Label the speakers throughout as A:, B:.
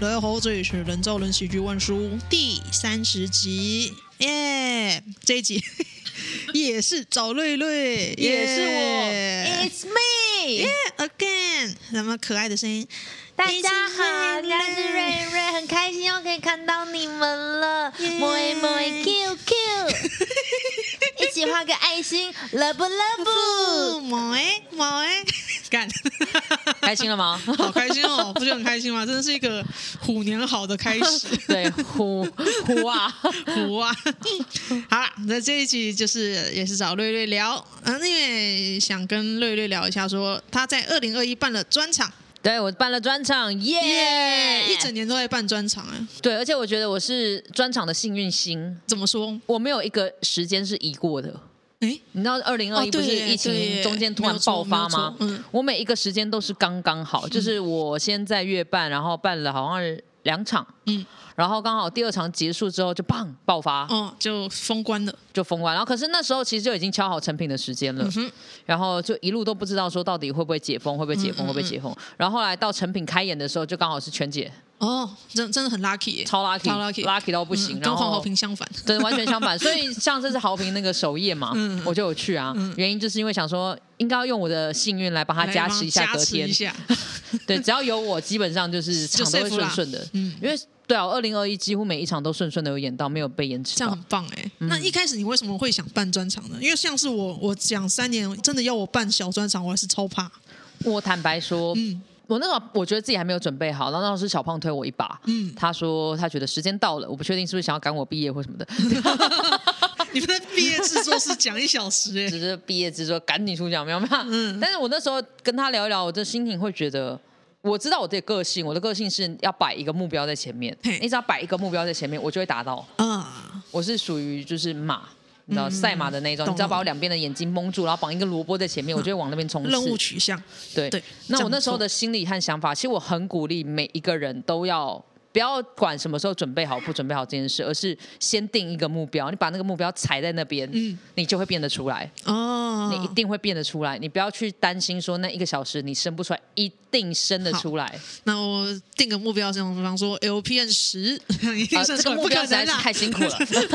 A: 大家好，这里是人造人喜剧万书第三十集，耶、这一集 也是找瑞瑞，
B: 也是我
A: 耶、
B: ，It's me，
A: again，什么可爱的声音？
B: 大家好，
A: It's
B: 我是瑞瑞，很开心又可以看到你们了，
A: Yeah
B: 么一么一 QQ，一起画个爱心，love
A: 不
B: love，
A: 某哎某哎， 干，
B: 开心了吗？
A: 好开心哦！ 不是很开心吗？真是一个虎年好的开始。
B: 对，呼呼啊，
A: 苦啊！好啦，那这一集就是也是找瑞瑞聊，嗯、因为想跟瑞瑞聊一下说他在二零二一办了专场，
C: 对我办了专场，耶、
A: 一整年都在办专场、哎，
C: 对，而且我觉得我是专场的幸运星，
A: 怎么说？
C: 我没有一个时间是移过的。
A: 哎、
C: 你知道二零二
A: 哦
C: 一不
A: 对
C: 是
A: 耶对
C: 疫情
A: 耶
C: 中间突
A: 没
C: 然
A: 有错
C: 爆发吗？
A: 没有错嗯
C: 我每一个时间都是刚刚好，就是我先在月半，然后办了好像是两场，
A: 嗯，
C: 然后刚好第二场结束之后就砰爆发，
A: 哦，就封关了，
C: 就封完。然后可是那时候其实就已经敲好成品的时间了，
A: 嗯哼
C: 然后就一路都不知道说到底会不会解封，会不会
A: 嗯
C: 解封，会不会解封。然后后来到成品开演的时候，就刚好是全解，
A: 哦，真真的很 lucky，、哎
C: 超 lucky，
A: 超 lucky，
C: lucky 到不行
A: 嗯
C: 然
A: 跟
C: 后
A: 黄豪平相反，
C: 对，完全相反。所以像这次豪平那个首页嘛，
A: 嗯
C: 我就有去啊。原因就是因为想说，应该要用我的幸运来帮他
A: 来
C: 加
A: 帮
C: 持一下
A: 加
C: 隔
A: 持
C: 天
A: 一。下，
C: 对，只要有我，基本上就是
A: 就
C: 场都会
A: safe 啦
C: 顺顺的。
A: 嗯
C: 因为对啊，二零二一几乎每一场都顺顺的有演到，没有被延迟
A: 这样
C: 到
A: 很。棒哎、
C: 嗯
A: 那一开始你为什么会想办专场呢？因为像是我，我讲三年，真的要我办小专场，我还是超 怕。
C: 我坦白说，
A: 嗯
C: 我那时候我觉得自己还没有准备好，然后那时候是小胖推我一把，
A: 嗯，
C: 他说他觉得时间到了，我不确定是不是想要赶我毕业或什么的，
A: 你们在毕业制作是讲一小时哎、
C: 只是毕业之后赶你出奖，没有没有。
A: 嗯
C: 但是我那时候跟他聊一聊，我的心情会觉得，我知道我的个性，我的个性是要摆一个目标在前面，
A: 嘿
C: 你只要摆一个目标在前面，我就会达到。
A: 啊，
C: 我是属于就是马。你知道赛马的那一种，
A: 嗯懂
C: 你只要
A: 了
C: 把我两边的眼睛蒙住，然后绑一个萝卜 在前面，我就会往那边冲刺。
A: 任务取向，
C: 对
A: 对这
C: 那
A: 样
C: 我那
A: 不
C: 时候
A: 错
C: 的心理和想法，其实我很鼓励每一个人都要不要管什么时候准备好不准备好这件事，而是先定一个目标，你把那个目标踩在那边，
A: 嗯
C: 你就会变得出来。
A: 哦，
C: 你一定会变得出来，你不要去担心说那一个小时你生不出来，一定生得出来。
A: 那我定个目标，这种比方说 LPN 十， 一定
C: 呃
A: 是
C: 这个目标实在是太
A: 太
C: 辛苦了。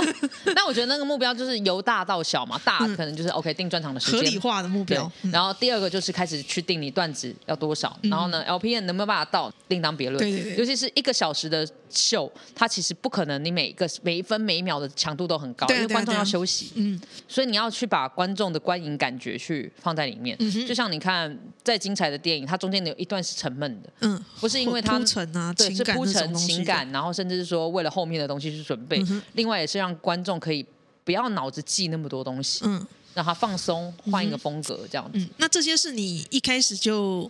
C: 那我觉得那个目标就是由大到小嘛，大可能就是 OK 定专场的时
A: 嗯合理
C: 间。
A: 化的目
C: 对
A: 标，，
C: 然后第二个就是开始去定你段子要多少，然后呢，LPN 能不能办法到，另当别论。
A: 嗯对对对
C: 尤其是一个小时的秀，它其实不可能你每一个每一分每一秒的强度都很高，
A: 对啊
C: 因为
A: 对啊
C: 观众
A: 对啊
C: 要休息。
A: 嗯，
C: 所以你要去把观众的观影感觉去放在里面。
A: 嗯哼
C: 就像你看再精彩的电影，它中间有一段是沉闷的，
A: 嗯，
C: 不是因为它
A: 铺陈啊，
C: 对
A: 情
C: 是
A: 感
C: 铺
A: 那种
C: 陈
A: 东西
C: 情
A: 的，
C: 感，然后甚至是说为了后面的东西去准备。
A: 嗯哼
C: 另外也是让观众可以不要脑子记那么多东西，
A: 嗯
C: 让他放松，换一个风格这样子。
A: 嗯，那这些是你一开始就。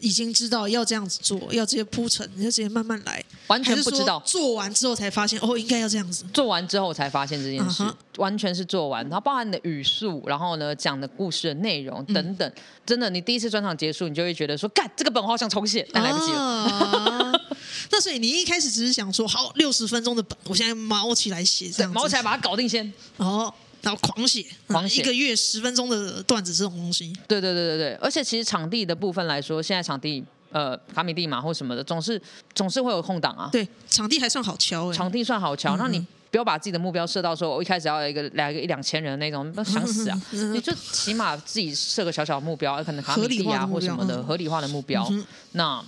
A: 已经知道要这样子做，要直接铺陈，要直接慢慢来，
C: 完全不知道
A: 还是说做完之后才发现哦，应该要这样子。
C: 做完之后才发现这件事
A: 嗯哼
C: 完全是做完，然后包含你的语速，然后呢讲的故事的内容等等，
A: 嗯
C: 真的，你第一次专场结束，你就会觉得说，干这个本我好想重写，但来不及了。
A: 啊 那所以你一开始只是想说，好，六十分钟的本，我现在毛起来写，这样
C: 毛起
A: 来，
C: 来把它搞定先。
A: 哦，然后狂写，
C: 狂
A: 嗯
C: 写
A: 一个月十分钟的段子这种东西，
C: 对对对对对，而且其实场地的部分来说，现在场地呃卡米蒂嘛或什么的，总是总是会有空档啊。
A: 对，场地还算好敲哎、
C: 场地算好瞧，那你不要把自己的目标设到说我一开始要有一个来个一两千人那种，那想死 啊！你就起码自己设个小小的目标，可能卡米蒂啊
A: 嗯合理化的目标
C: 或什么的
A: 嗯
C: 合理化的目标，那。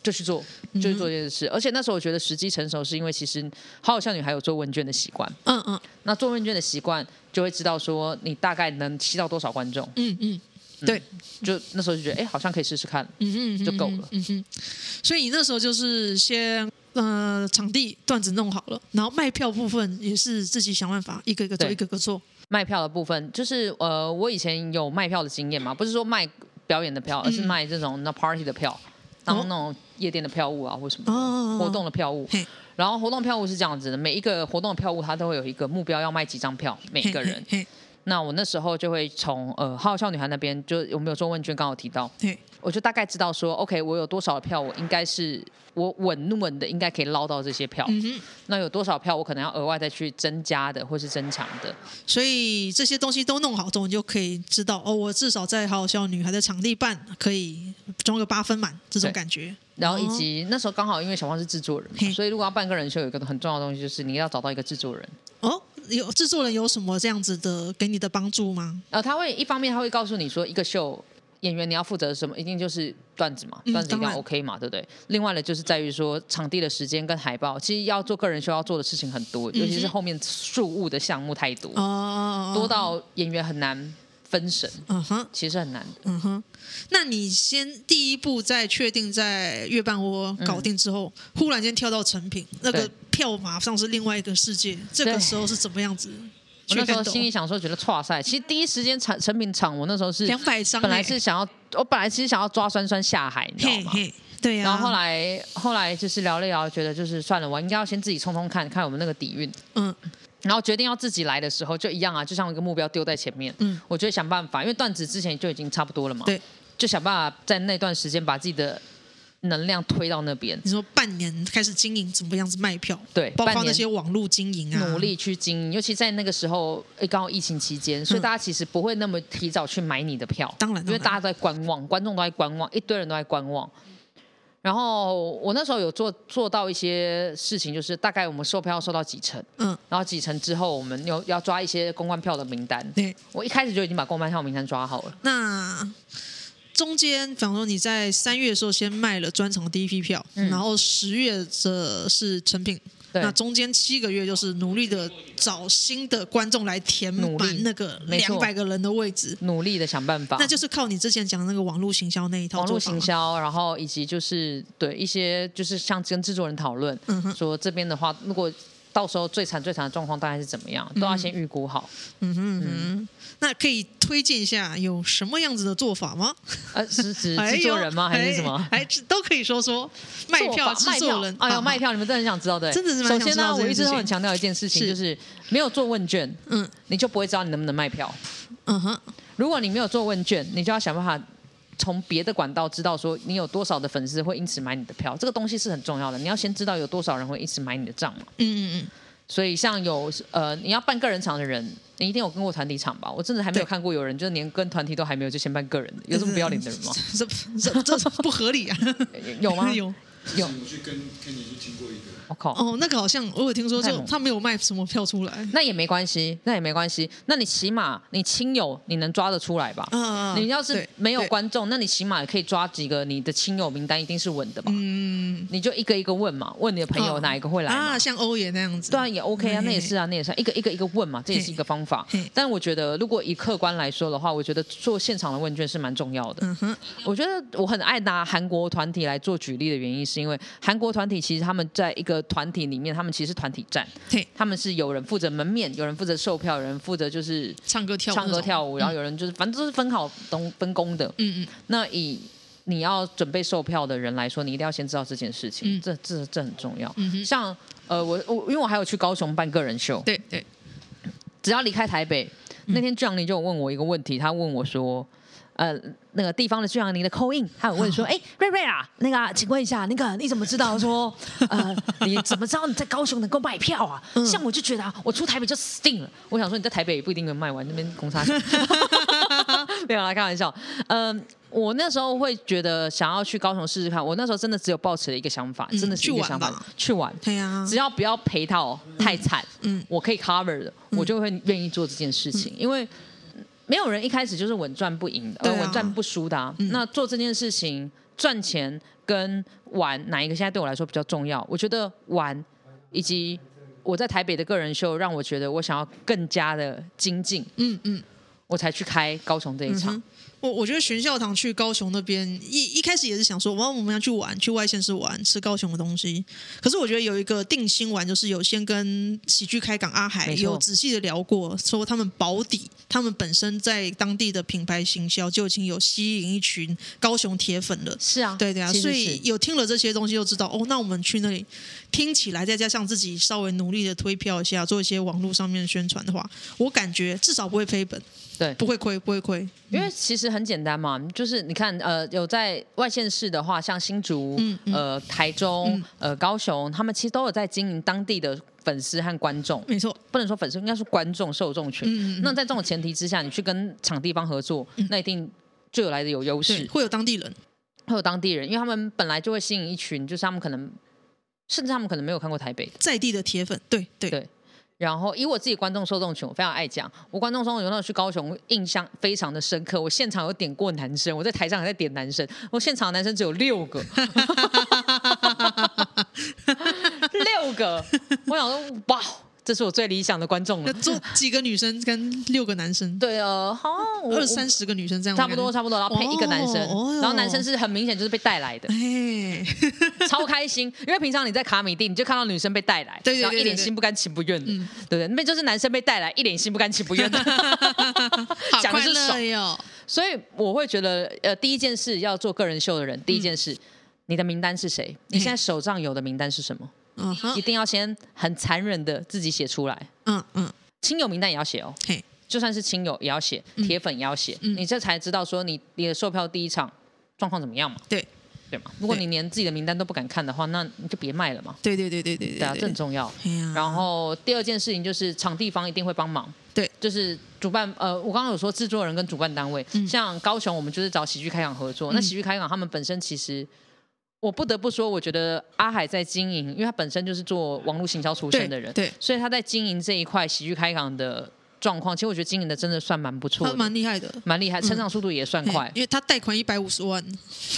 C: 就去做，就去做这件事。而且那时候我觉得时机成熟，是因为其实《好好笑女孩》有做问卷的习惯。
A: 嗯嗯
C: 那做问卷的习惯，就会知道说你大概能吸到多少观众。
A: 嗯嗯，对，
C: 就那时候就觉得，哎、好像可以试试看，
A: 嗯嗯，
C: 就够了。
A: 嗯哼，所以你那时候就是先。呃，场地段子弄好了，然后卖票部分也是自己想办法，一个一个做，
C: 对
A: 一个一个做。
C: 卖票的部分，就是呃，我以前有卖票的经验嘛，不是说卖表演的票，而是
A: 嗯
C: 卖这种那 party 的票，当那种夜店的票务啊，或什么的
A: 哦
C: 活动的票务
A: 嘿。
C: 然后活动票务是这样子的，每一个活动的票务它都会有一个目标，要卖几张票，每一个人。
A: 嘿
C: 那我那时候就会从呃好好笑女孩那边，就有没有做问卷，刚好提到，
A: 嘿嘿，
C: 我就大概知道说，OK，我有多少票，我应该是我稳稳的应该可以捞到这些票。
A: 嗯哼，
C: 那有多少票我可能要额外再去增加的，或是增强的？
A: 所以这些东西都弄好之后，你就可以知道哦，我至少在好好笑女孩的场地办可以中个八分满这种
C: 对
A: 感觉。
C: 然后以
A: 哦
C: 及那时候刚好因为小胖是制作人
A: 嘿
C: 嘛，所以如果要办个人秀，有一个很重要的东西就是你要找到一个制作人。
A: 哦，有制作人有什么这样子的给你的帮助吗？
C: 然后呃他会一方面他会告诉你说一个秀。演员你要负责什么？一定就是段子嘛，
A: 嗯
C: 段子一定
A: 当
C: 要
A: 然
C: OK 嘛，对不对？另外呢，就是在于说场地的时间跟海报，其实要做个人秀要做的事情很多，尤其是后面数物的项目太多，
A: 嗯哦，
C: 多到演员很难分神，
A: 嗯哼
C: 其实很难的。
A: 嗯哼。那你先第一步在确定在月半窝搞定之后，忽然间跳到成品，那个
C: 对
A: 票马上是另外一个世界。这个时候是怎么样子？
C: 我
A: 去
C: 那时候
A: 看懂
C: 心里想说，觉得哇塞，其实第一时间产成品厂，我那时候是
A: 两百张欸，
C: 本来是想要，我本来其实想要抓酸酸下海，你知道
A: 嘿
C: 吗？
A: 嘿，对啊呀、
C: 然后后来后来就是聊了聊，觉得就是算了，我应该要先自己冲冲看看我们那个底蕴。
A: 嗯
C: 然后决定要自己来的时候，就一样啊，就像一个目标丢在前面，
A: 嗯
C: 我就会想办法，因为段子之前就已经差不多了嘛，
A: 对，
C: 就想办法在那段时间把自己的能量推到那边，
A: 你说半年开始经营，怎么样子卖票？
C: 对
A: 包括
C: 半
A: 那
C: 年
A: 些网络经营啊，
C: 努力去经营。尤其在那个时候，诶刚好疫情期间，所以大家其实不会那么提早去买你的票，
A: 嗯当然
C: 因为
A: 当然
C: 大家都在观望，观众都在观望，一堆人都在观望。然后我那时候有做做到一些事情，就是大概我们售票售到几成，
A: 嗯，
C: 然后几成之后，我们又要抓一些公关票的名单。
A: 对。
C: 我一开始就已经把公关票名单抓好了，
A: 那中间，比方说你在三月的时候先卖了专场第一批票，
C: 嗯
A: 然后十月的是成品。
C: 对
A: 那中间七个月就是努力的找新的观众来填
C: 努力
A: 满那个
C: 没错
A: 两百个人的位置，
C: 努力的想办法。
A: 那就是靠你之前讲的那个网络行销那一套
C: 网
A: 做
C: 络
A: 法
C: 行
A: 吗，
C: 销，然后以及就是对一些就是像跟制作人讨论，
A: 嗯哼
C: 说这边的话，如果到时候最惨最惨的状况大概是怎么样，都要先预估好。
A: 嗯哼嗯哼，那可以推荐一下有什么样子的做法吗？
C: 呃，是指
A: 哎
C: 制
A: 呦
C: 作人吗？还是什么？
A: 哎，哎这都可以说说卖票
C: 做法
A: 制作人，啊
C: 卖票哎
A: 好
C: 呦，卖票，你们真的很想知道对？
A: 真的是蛮
C: 首
A: 想
C: 先
A: 知
C: 呢，
A: 道这
C: 我
A: 件
C: 一直
A: 事
C: 都
A: 情
C: 很强调一件事情，
A: 是
C: 就是没有做问卷，
A: 嗯
C: 你就不会知道你能不能卖票。
A: 嗯哼，
C: 如果你没有做问卷，你就要想办法从别的管道知道说你有多少的粉丝会因此买你的票，这个东西是很重要的。你要先知道有多少人会因此买你的账嘛。
A: 嗯嗯
C: 所以像有呃，你要办个人场的人，你一定有跟过团体场吧？我真的还没有
A: 对
C: 看过有人就是连跟团体都还没有就先办个人的，有这么不要脸的 人吗？
A: 嗯，这这 这不合理啊，
C: 有 吗？
A: 有
C: 有
D: 我去跟跟你去听过一个，
C: 我靠，
A: 哦，那个好像我有听说，
C: 太
A: 就
C: 猛
A: 他没有卖什么票出来，
C: 那也没关系，那也没关系。那你起码你亲友你能抓得出来吧？
A: 嗯嗯
C: 你要是
A: 对
C: 没有
A: 对
C: 观众，那你起码也可以抓几个你的亲友名单，一定是稳的吧？
A: 嗯，
C: 你就一个一个问嘛，问你的朋友
A: 哦
C: 哪一个会来嘛
A: 啊，像欧爷那样子，
C: 对啊，也 OK 啊，
A: 嗯
C: 那也是啊，那也是、啊、一个一个一个问嘛，这也是一个方法
A: 嘿嘿。
C: 但我觉得，如果以客观来说的话，我觉得做现场的问卷是蛮重要的。
A: 嗯哼，
C: 我觉得我很爱拿韩国团体来做举例的原因，是因为韩国团体其实他们在一个团体里面，他们其实是团体战，
A: 嘿，
C: 他们是有人负责门面，有人负责售票，有人负责就是
A: 唱歌跳舞那
C: 唱
A: 种，
C: 歌跳舞，然后有人就是反正都是分好东分工的。
A: 嗯嗯
C: 那以你要准备售票的人来说，你一定要先知道这件事情，
A: 嗯
C: 这这这很重要。
A: 嗯哼
C: 像呃，我我因为我还有去高雄办个人秀，
A: 对对，
C: 只要离开台北，
A: 嗯
C: 那天巨阳林就有问我一个问题，他问我说。呃，那个地方的巨阳林的口音，他有问说，
A: 哦
C: 哎、瑞瑞啊，那个啊，请问一下，那个你怎么知道说， 呃，你怎么知道你在高雄能够卖票啊？
A: 嗯
C: 像我就觉得、啊，我出台北就死定了。我想说你在台北也不一定能卖完，那边公差 小没有啦，开玩笑。嗯、我那时候会觉得想要去高雄试试看，我那时候真的只有抱持了一个想法，真的是
A: 嗯
C: 一
A: 去
C: 个
A: 玩
C: 想法
A: 吧，
C: 去玩。
A: 对呀
C: 嗯只，要不要赔到太惨，
A: 嗯
C: 嗯，我可以 cover 的，我就会愿意做这件事情，因为没有人一开始就是稳赚不赢的，
A: 对
C: 呃
A: 啊嗯
C: 稳赚不输的、啊。那做这件事情赚钱跟玩哪一个现在对我来说比较重要？我觉得玩以及我在台北的个人秀，让我觉得我想要更加的精进，
A: 嗯嗯。
C: 我才去开高雄这一场。
A: 我我觉得玄孝堂去高雄那边一一开始也是想说，哦哇，我们要去玩，去外县市玩，吃高雄的东西。可是我觉得有一个定心丸，就是有先跟喜剧开港阿海
C: 没错
A: 有仔细的聊过，说他们保底，他们本身在当地的品牌行销就已经有吸引一群高雄铁粉了。
C: 是啊，
A: 对对啊，
C: 其实
A: 所以
C: 是
A: 有听了这些东西就知道哦，那我们去那里听起来，再加上自己稍微努力的推票一下，做一些网络上面的宣传的话，我感觉至少不会赔本，
C: 对
A: 不会亏，不会亏。
C: 因为其实很简单嘛，就是你看，呃，有在外县市的话，像新竹、
A: 嗯嗯
C: 呃、台中、
A: 嗯
C: 呃、高雄，他们其实都有在经营当地的粉丝和观众，
A: 没错，
C: 不能说粉丝，应该是观众受众群。
A: 嗯嗯嗯嗯
C: 那在这种前提之下，你去跟场地方合作，那一定就有来的有优
A: 对，
C: 势。
A: 会有当地人，
C: 会有当地人，因为他们本来就会吸引一群，就是他们可能甚至他们可能没有看过台北的。
A: 在地的铁粉，对对
C: 对然后以我自己观众受众群，我非常爱讲，我观众受众群那时候去高雄印象非常的深刻。我现场有点过男生，我在台上还在点男生，我现场的男生只有六个，六个，我想说哇，这是我最理想的观众
A: 那
C: 了。
A: 做几个女生跟六个男生，
C: 对呃，好，我
A: 二三十个女生这样，
C: 差不多差不多，然后配一个男生，
A: 哦哦哟
C: 然后男生是很明显就是被带来的，
A: 哎，
C: 超开心，因为平常你在卡米蒂，你就看到女生被带来，
A: 对对对
C: 然后一
A: 对
C: 脸
A: 对
C: 心不甘情不愿的，对不对？那边就是男生被带来，一脸心不甘情不 愿的，
A: 好
C: 讲的
A: 快
C: 是
A: 乐
C: 爽
A: 哟！
C: 所以我会觉得，呃，第一件事要做个人秀的人，第一件
A: 嗯
C: 事。你的名单是谁？你现在手上有的名单是什么？
A: 嗯
C: 一
A: 哼，
C: 定要先很残忍的自己写出来。
A: 嗯嗯，
C: 亲友名单也要写哦，
A: 嘿，
C: 就算是亲友也要写，铁粉也要写，
A: 嗯
C: 你这才知道说你你的售票第一场状况怎么样嘛，
A: 对
C: 对吗？如果
A: 对
C: 你连自己的名单都不敢看的话，那你就别卖了嘛。
A: 对对对对对对
C: 对啊，这很
A: 对，
C: 重要。
A: 哎呀
C: 然后第二件事情就是场地方一定会帮忙，
A: 对，
C: 就是主办呃，我刚刚有说制作人跟主办单位，
A: 嗯
C: 像高雄我们就是找喜剧开港合作，那喜剧开港他们本身其实。我不得不说，我觉得阿海在经营，因为他本身就是做网络行销出身的人，
A: 对对
C: 所以他在经营这一块喜剧开港的状况，其实我觉得经营的真的算蛮不错
A: 他
C: 的，
A: 蛮厉害的。
C: 蛮厉害，成长速度也算
A: 嘿
C: 快，
A: 嗯因为他贷款一百五十万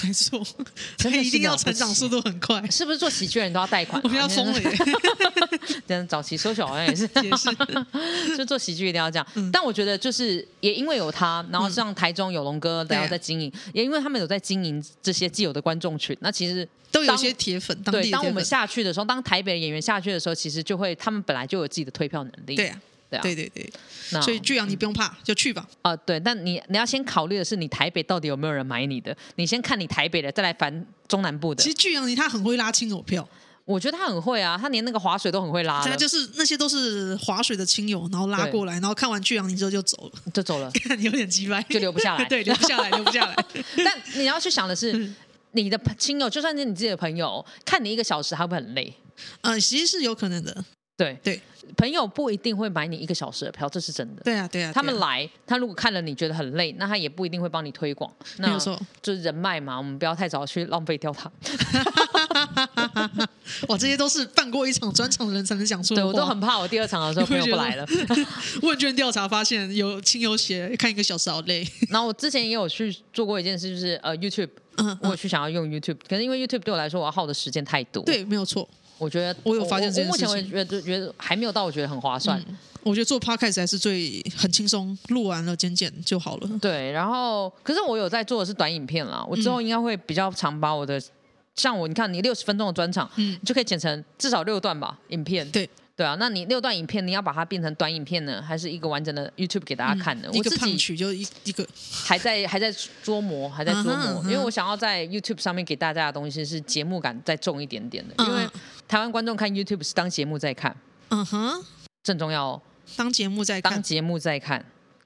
A: 来做，他
C: 真的 是
A: 一定要
C: 了不
A: 成长
C: 起
A: 速度很 快。
C: 是不是做喜剧人都要贷款、啊？
A: 我们要疯了耶，
C: 真的早期缩小好像 也是，
A: 也是
C: 就做喜剧一定要这样。
A: 嗯
C: 但我觉得就是也因为有他，然后像台中有龙哥，
A: 对啊
C: 然后在经营，也因为他们有在经营这些既有的观众群，那其实
A: 都有一
C: 当
A: 些铁粉，当地的
C: 对，当我
A: 铁
C: 们
A: 粉。
C: 下去的时候，当台北的演员下去的时候，其实就会他们本来就有自己的退票能力，
A: 对啊，
C: 对啊，
A: 对对对，
C: 那
A: 所以巨阳你不用怕，就去吧。
C: 啊、对，但你你要先考虑的是，你台北到底有没有人买你的？你先看你台北的，再来烦中南部的
A: 其。实巨阳你他很会拉亲友票，
C: 我觉得他很会啊，他连那个划水都很会拉
A: 他
C: 了，就
A: 就是那些都是划水的亲友，然后拉
C: 对
A: 过来，然后看完巨阳你之后就走了，
C: 就走了。
A: 看有点鸡掰，
C: 就留不下来
A: 对，留不下 来，留不下来。
C: 但你要去想的
A: 嗯
C: 是，你的朋亲友，就算是你自己的朋友，看你一个小时，他会不会很累。
A: 呃，其实是有可能的，
C: 对
A: 对，
C: 朋友不一定会买你一个小时的票，这是真的。
A: 对啊，对啊，
C: 他们
A: 对啊
C: 来，他如果看了你觉得很累，那他也不一定会帮你推广。
A: 没
C: 那
A: 有错。
C: 就是人脉嘛，我们不要太早去浪费 掉它。
A: 哇，这些都是办过一场专场的人才能讲出
C: 对
A: 的
C: 我 都
A: 话
C: 很怕，我第二场的时候
A: 你会
C: 朋友
A: 觉
C: 不
A: 得
C: 来了。
A: 问卷调查发现，有亲友写看一个小时好累。
C: 然后我之前也有去做过一件事，就是呃 YouTube，
A: 嗯，
C: 我
A: 嗯
C: 有去想要用 YouTube，可是因为 YouTube 对我来说，我要耗的时间太多。，
A: 对，没有错。
C: 我觉得
A: 我有发现这
C: 我
A: 件
C: 目前
A: 事
C: 为
A: 情嗯
C: 止觉得觉得还没有到我觉得很划算。
A: 我觉得做 podcast 还是最很轻松，录完了剪剪就好了。
C: 对，然后可是我有在做的是短影片啦，我之
A: 嗯
C: 后应该会比较常把我的，像我你看你六十分钟的专场，
A: 嗯
C: 你就可以剪成至少六段吧影片。
A: 对
C: 对啊，那你六段影片，你要把它变成短影片呢，还是一个完整的 YouTube 给大家看呢？
A: 嗯一
C: 我
A: 个
C: 自
A: 胖
C: 己
A: 曲就一一个，
C: 还在还在琢磨，还在琢磨
A: 嗯哼嗯哼
C: 因为我想要在 YouTube 上面给大家的东西是节目感再重一点点的，因为
A: 嗯
C: 台湾观众看 YouTube 是当节目在看，
A: 嗯哼，
C: 正重要哦，
A: 当节目在
C: 当
A: 看，
C: 节目在看，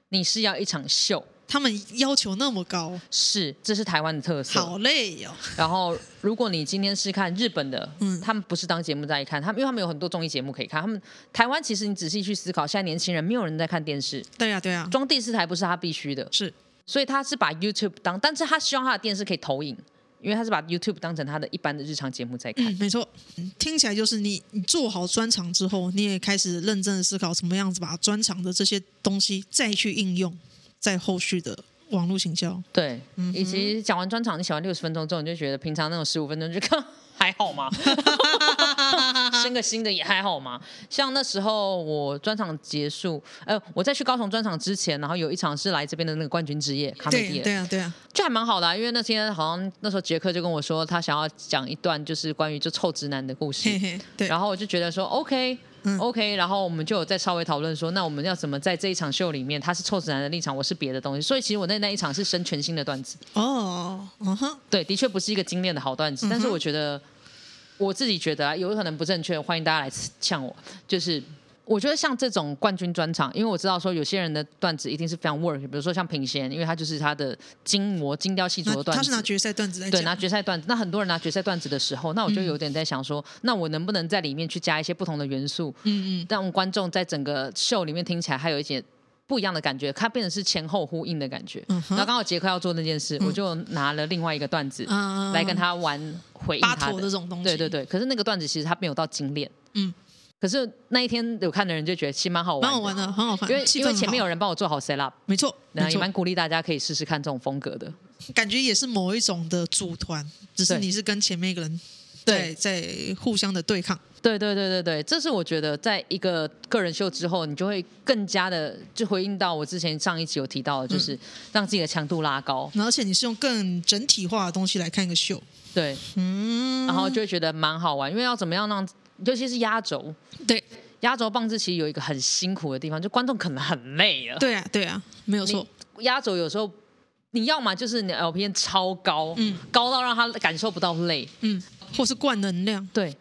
C: 你是要一场秀，
A: 他们要求那么高，
C: 是这是台湾的特色。
A: 好哦累哟、
C: 然后，如果你今天是看日本的，
A: 嗯
C: 他们不是当节目在看，他们因为他们有很多综艺节目可以看。他们台湾其实你仔细去思考，现在年轻人没有人在看电视，
A: 对啊呀、对呀、
C: 装第四台不是他必须的，
A: 是
C: 所以他是把 YouTube 当，但是他希望他的电视可以投影，因为他是把 YouTube 当成他的一般的日常节目在看。
A: 嗯，没错，嗯听起来就是你你做好专场之后，你也开始认真的思考怎么样子把专场的这些东西再去应用在后续的网络行销。
C: 对，
A: 嗯
C: 以及讲完专场，你写完六十分钟之后，你就觉得平常那种十五分钟就看还好 吗？生个新的也还好吗？像那时候我专场结束，呃，我在去高雄专场之前，然后有一场是来这边的那个冠军之夜，卡米
A: 对
C: 蒂
A: 对啊对啊，
C: 就还蛮好的啊、因为那天好像那时候杰克就跟我说，他想要讲一段就是关于就臭直男的故事，
A: 嘿嘿，对，
C: 然后我就觉得说 OK。
A: 嗯
C: OK，然后我们就有再稍微讨论说，那我们要怎么在这一场秀里面，他是臭直男的立场，我是别的东西，所以其实我那那一场是生全新的段子，
A: 哦，嗯哼，
C: 对，的确不是一个精炼的好段子，但
A: 嗯
C: 是我觉得我自己觉得、啊、有可能不正确，欢迎大家来呛我。就是我觉得像这种冠军专场，因为我知道说有些人的段子一定是非常 work，比如说像品贤，因为他就是他的精磨、精雕细琢
A: 那
C: 的段
A: 他是拿
C: 子。
A: 决赛段子来
C: 对，
A: 讲，
C: 拿决赛段子，那很多人拿决赛段子的时候，那我就
A: 嗯
C: 有点在想说，那我能不能在里面去加一些不同的元素，
A: 嗯嗯，
C: 让观众在整个秀里面听起来还有一些不一样的感觉，它变成是前后呼应的感觉。
A: 嗯哼嗯
C: 然后刚好杰克要做那件事，我就拿了另外一个段子
A: 啊
C: 来跟他玩回应
A: 巴
C: 他
A: 妥这
C: 的。
A: 种东西，
C: 对对，对，可是那个段子其实他没有到精炼，
A: 嗯，
C: 可是那一天有看的人就觉得其实蛮好
A: 蛮
C: 玩
A: 好玩
C: 的，
A: 的，很好看，
C: 因为
A: 气
C: 因为
A: 氛
C: 前面有
A: 好
C: 人帮我做好 set up，
A: 没错，没
C: 然后也
A: 错
C: 蛮，鼓励大家可以试试看这种风格的。
A: 感觉也是某一种的组团，只是
C: 对
A: 你是跟前面一个人在
C: 对
A: 在互相的对抗，
C: 对对对对对，这是我觉得在一个个人秀之后，你就会更加的就回应到我之前上一集有提到的，
A: 嗯
C: 就是让自己的强度拉高，
A: 然后而且你是用更整体化的东西来看一个秀，
C: 对，
A: 嗯，
C: 然后就会觉得蛮好玩，因为要怎么样让，尤其是压轴，
A: 对
C: 压轴棒子其实有一个很辛苦的地方，就观众可能很累了，
A: 对啊对啊，没有错，
C: 压轴有时候。你要嘛就是你的 LPN 超高，
A: 嗯
C: 高到让他感受不到累，
A: 嗯，或是灌能量，
C: 对。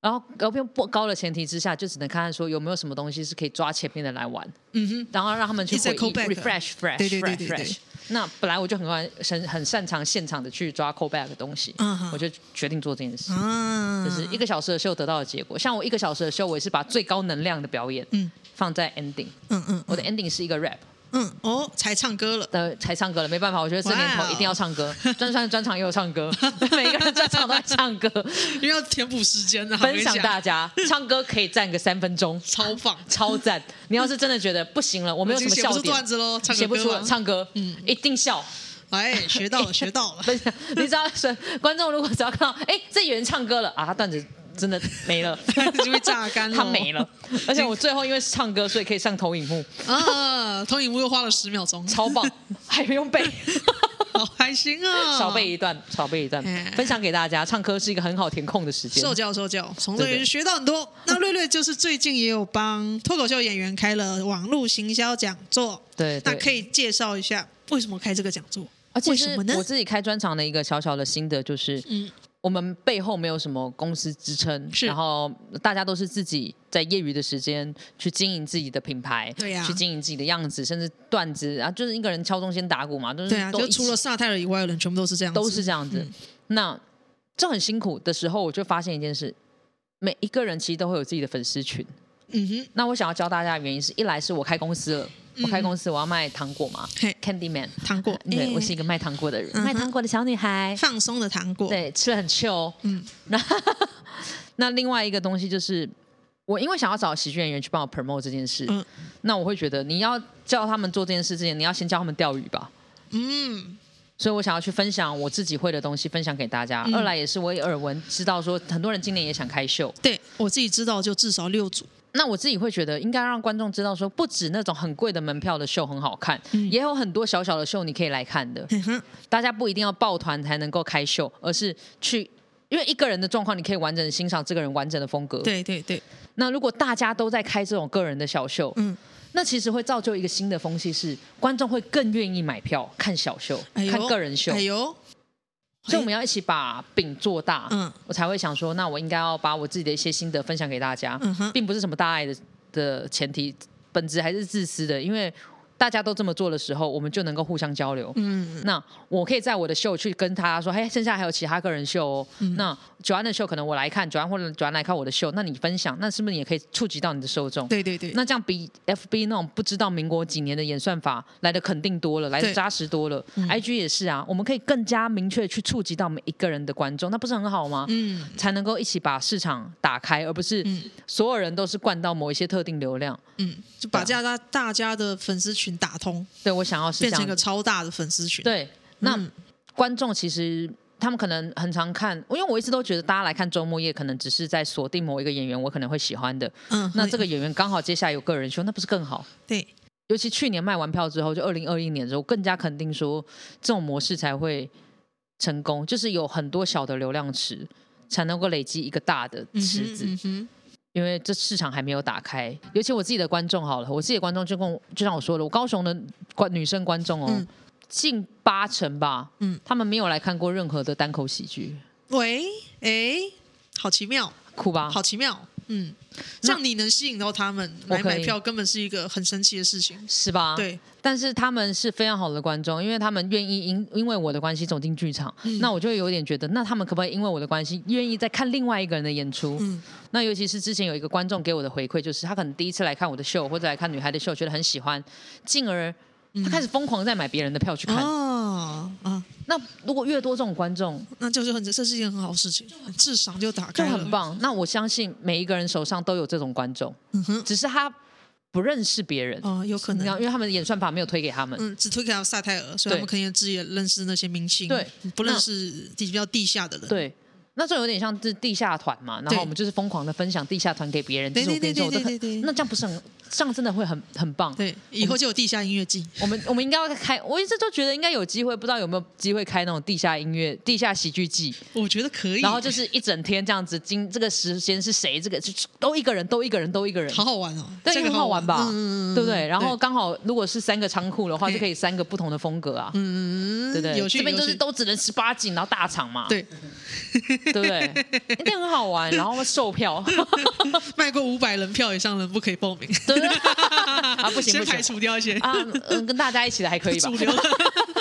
C: 然后 LPN 不高的前提之下，就只能看看说有没有什么东西是可以抓前面的来玩。
A: 嗯哼，
C: 然后让他们去
A: 一直
C: 回
A: 在
C: 忆
A: callback
C: refresh fresh
A: 对对对对
C: fresh
A: 对
C: fresh。那本来我就很欢很很擅长现场的去抓 callback 的东西
A: 嗯哼
C: 我就决定做这件事。
A: 啊，
C: 就是一个小时的秀得到的结果，像我一个小时的秀，我也是把最高能量的表演
A: 嗯
C: 放在 ending。
A: 嗯嗯，
C: 我的 ending 是一个 rap，
A: 嗯哦，才唱歌了，
C: 呃，才唱歌了，没办法，我觉得这年头
A: 哇哦
C: 一定要唱歌，专专专场也有唱歌， 每个人专场都在唱歌，
A: 因为要填补时间啊，我跟
C: 分
A: 你
C: 享
A: 讲
C: 大家，唱歌可以占个三分 钟，
A: 超棒，
C: 超赞！你要是真的觉得不行了，我没有
A: 已
C: 什
A: 经
C: 么
A: 写不
C: 笑
A: 出
C: 点
A: 段，子喽，唱
C: 写
A: 个
C: 不出
A: 歌
C: 了，
A: 吧，
C: 唱歌，
A: 嗯
C: 一定笑。
A: 哎，学到了，学到了，，
C: 分享，你知道是观众如果只要看到， 哎、这演员唱歌了啊，他段子真的没了
A: 就被榨干了
C: 他没了。而且我最后因为是唱歌，所以可以上投影幕，
A: 啊，投影幕又花了十秒钟，
C: 超 棒，还不用背，
A: 好开心啊！
C: 少背一段，少背一段
A: 哎，
C: 分享给大家。唱歌是一个很好填空的时间。
A: 受教受教，从
C: 对
A: 瑞瑞
C: 对
A: 学到很 多。那瑞瑞就是最近也有帮脱口秀演员开了网络行销讲座，
C: 对对
A: 那可以介绍一下为什么开这个讲座？
C: 而且
A: 为什
C: 是
A: 么呢
C: 我？自己开专场的一个小小的心得就是，
A: 嗯
C: 我们背后没有什么公司支撑，
A: 是
C: 然后大家都是自己在业余的时间去经营自己的品牌，
A: 对啊呀
C: 去经营自己的样子，甚至段子啊，就是一个人敲钟先打鼓嘛，就是
A: 对啊，
C: 都
A: 就
C: 一起
A: 除了嗯萨泰尔以外的人，全部都是这样子，
C: 都是这样子。那这很辛苦的时候，我就发现一件事：每一个人其实都会有自己的粉丝群。
A: 嗯哼，
C: 那我想要教大家的原因是，一来是我开公司了，我开公司我要卖糖果嘛
A: 嘿
C: ，Candy Man，
A: 糖果，
C: 对、
A: 哎
C: 我是一个卖糖果的人，
A: 嗯哼
C: 卖糖果的小女孩，
A: 放松的糖果，
C: 对，吃的很 chill。
A: 嗯
C: 嗯，那 那另外一个东西就是，我因为想要找喜剧演员去帮我 promote 这件事，
A: 嗯
C: 那我会觉得你要叫他们做这件事之前，你要先教他们钓鱼吧。
A: 嗯，
C: 所以我想要去分享我自己会的东西，分享给大家。
A: 嗯
C: 二来也是我也耳闻知道说，很多人今年也想开秀，
A: 对我自己知道就至少六组，
C: 那我自己会觉得应该让观众知道说，不止那种很贵的门票的秀很好看，
A: 嗯
C: 也有很多小小的秀你可以来看的。
A: 嗯哼，
C: 大家不一定要抱团才能够开秀，而是去。因为一个人的状况，你可以完整地欣赏这个人完整的风格。
A: 对对对，
C: 那如果大家都在开这种个人的小秀，
A: 嗯，
C: 那其实会造就一个新的风气，是观众会更愿意买票看小秀、
A: 哎呦
C: 看个人秀。
A: 哎呦，
C: 所以我们要一起把饼做大，
A: 嗯
C: 我才会想说，那我应该要把我自己的一些心得分享给大家，
A: 嗯哼
C: 并不是什么大爱的的前提，本质还是自私的，因为大家都这么做的时候，我们就能够互相交流。
A: 嗯，
C: 那我可以在我的秀去跟他说，哎嘿，剩下还有其他个人秀哦。
A: 嗯
C: 那九安的秀可能我来看，九安或者九安来看我的秀，那你分享，那是不是也可以触及到你的受众？
A: 对对对，
C: 那这样比 FB 那种不知道民国几年的演算法来的肯定多了，来的
A: 对嗯
C: 扎实多了。IG 也是啊，我们可以更加明确去触及到每一个人的观众，那不是很好吗？
A: 嗯
C: 才能够一起把市场打开，而不是
A: 嗯
C: 所有人都是灌到某一些特定流量。
A: 嗯，就把大家大家的粉丝群打通，
C: 对我想要啊是
A: 变
C: 这
A: 成一
C: 样
A: 个
C: 子，
A: 超大的粉丝群，
C: 对，那、
A: 嗯
C: 观众其实。他们可能很常看，因为我一直都觉得大家来看周末夜，可能只是在锁定某一个演员，我可能会喜欢的。
A: 嗯，
C: 那这个演员刚好接下来有个人秀，那不是更好？
A: 对。
C: 尤其去年卖完票之后，就二零二一年的时候，更加肯定说这种模式才会成功，就是有很多小的流量池，才能够累积一个大的池子。
A: 嗯哼，
C: 因为这市场还没有打开，尤其我自己的观众好了，我自己的观众就跟我就像我说的，我高雄的观女生观众哦，
A: 嗯
C: 近八成吧，
A: 嗯
C: 嗯，他们没有来看过任何的单口喜剧，
A: 喂，哎，好奇妙，
C: 酷吧？
A: 好奇妙，嗯，这样你能吸引到他们
C: 我
A: 来
C: 可以
A: 买票，根本是一个很神奇的事情。
C: 是吧？
A: 对，
C: 但是他们是非常好的观众，因为他们愿意因因为我的关系走进剧场，
A: 嗯
C: 那我就会有点觉得，那他们可不可以因为我的关系，愿意再看另外一个人的演出？
A: 嗯
C: 那尤其是之前有一个观众给我的回馈，就是他可能第一次来看我的秀，或者来看女孩的秀，觉得很喜欢，进而他开始疯狂在买别人的票去看。
A: 嗯哦啊，
C: 那如果越多这种观众，
A: 那就是很这是一件很好的事情，智商就打
C: 就
A: 开了，
C: 很。棒。那我相信每一个人手上都有这种观众，
A: 嗯哼，
C: 只是他不认识别人，
A: 哦，有可
C: 你知道，
A: 能，
C: 因为他们的演算法没有推给他们。
A: 嗯，只推给他萨泰尔，所以他们
C: 对
A: 可能自己也认识那些明星，
C: 对，
A: 不认
C: 那
A: 识比较地下的人。
C: 对，那就有点像是地下团嘛，然
A: 对
C: 后我们就是疯狂的分享地下团给别人，
A: 对
C: 这是我跟
A: 对
C: 你说，我
A: 对
C: 都
A: 对
C: 很
A: 对对
C: 那这样不是很，这样真的会很很棒。
A: 对，以后就有地下音乐季。
C: 我们我们应该要开，我一直都觉得应该有机会，不知道有没有机会开那种地下音乐、地下喜剧季，
A: 我觉得可以，
C: 然后就是一整天这样子，今这个时间是谁？这个就是都一个人，都一个人，都一个人。
A: 好好玩哦，
C: 对，
A: 这个
C: 很好玩吧，
A: 嗯嗯嗯嗯
C: 对不对？然后
A: 对
C: 刚好如果是三个仓库的话，
A: 嘿
C: 就可以三个不同的风格啊，
A: 嗯，
C: 对不对？
A: 有趣，
C: 这边就是
A: 有趣
C: 都只能十八禁，然后大场嘛，
A: 对，
C: 对不 对？一定很好玩，然后售票，
A: 卖过五百人票以上的人不可以报名，
C: 对对 啊，不行
A: 先
C: 不
A: 排
C: 行
A: 除掉一些
C: 啊，嗯，跟大家一起的还可以吧
A: 主？流的。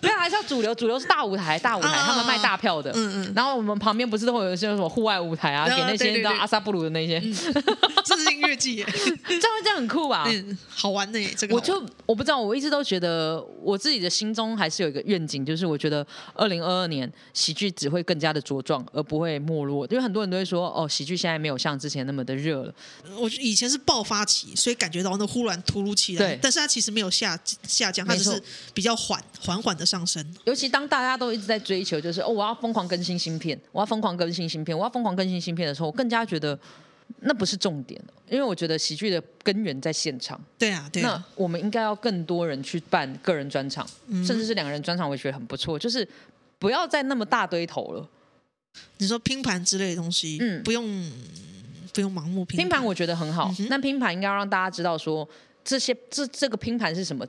C: 没有，还是要主流，主流是大舞台，大舞台
A: 啊
C: 他们卖大票的，
A: 嗯嗯
C: 然后我们旁边不是都会有一些什么户外舞台啊，
A: 啊
C: 给那
A: 对嗯对
C: 些你知道
A: 对
C: 阿萨布鲁的那些，
A: 这是音乐季 耶，
C: 这样这样很酷吧？
A: 嗯，好玩呢，这个好
C: 我
A: 玩
C: 就我不知道，我一直都觉得我自己的心中还是有一个愿景，就是我觉得二零二二年喜剧只会更加的茁壮，而不会没落。因为很多人都会说，哦，喜剧现在没有像之前那么的热了。
A: 我觉得以前是爆发期，所以感觉到那忽然突如其来
C: 对，
A: 但是它其实没有下下降，它
C: 没
A: 只
C: 错
A: 是比较缓缓缓的上升。
C: 尤其当大家都一直在追求，就是哦，我要疯狂更新芯片，我要疯狂更新芯片，我要疯狂更新芯片的时候，我更加觉得那不是重点，因为我觉得喜剧的根源在现场。
A: 对啊，对
C: 那
A: 啊，
C: 我们应该要更多人去办个人专场，甚至是两个人专场，我也觉得很不错，就是不要再那么大堆头了。
A: 你说拼盘之类的东西，
C: 嗯
A: 不用不用盲目拼嗯
C: 拼盘我觉得很好，
A: 哼
C: 那拼盘应该让大家知道说这些这这个拼盘是什么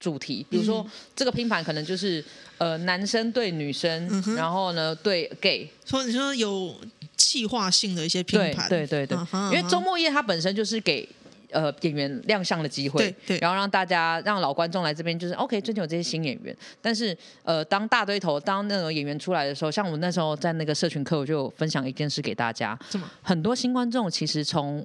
C: 主
A: 嗯
C: 题，比如说、这个拼盘可能就是呃男生对女生，
A: 嗯哼
C: 然后呢对 gay，
A: 说你说有气化性的一些拼
C: 对
A: 盘，
C: 对对对，
A: 啊哈
C: 因为周末夜它本身就是给。呃，演员亮相的机会，
A: 对对
C: 然后让大家让老观众来这边，就是 OK，最近有这些新演员，但是呃，当大堆头当那种演员出来的时候，像我那时候在那个社群课，我就有分享一件事给大家，
A: 什么？
C: 很多新观众其实从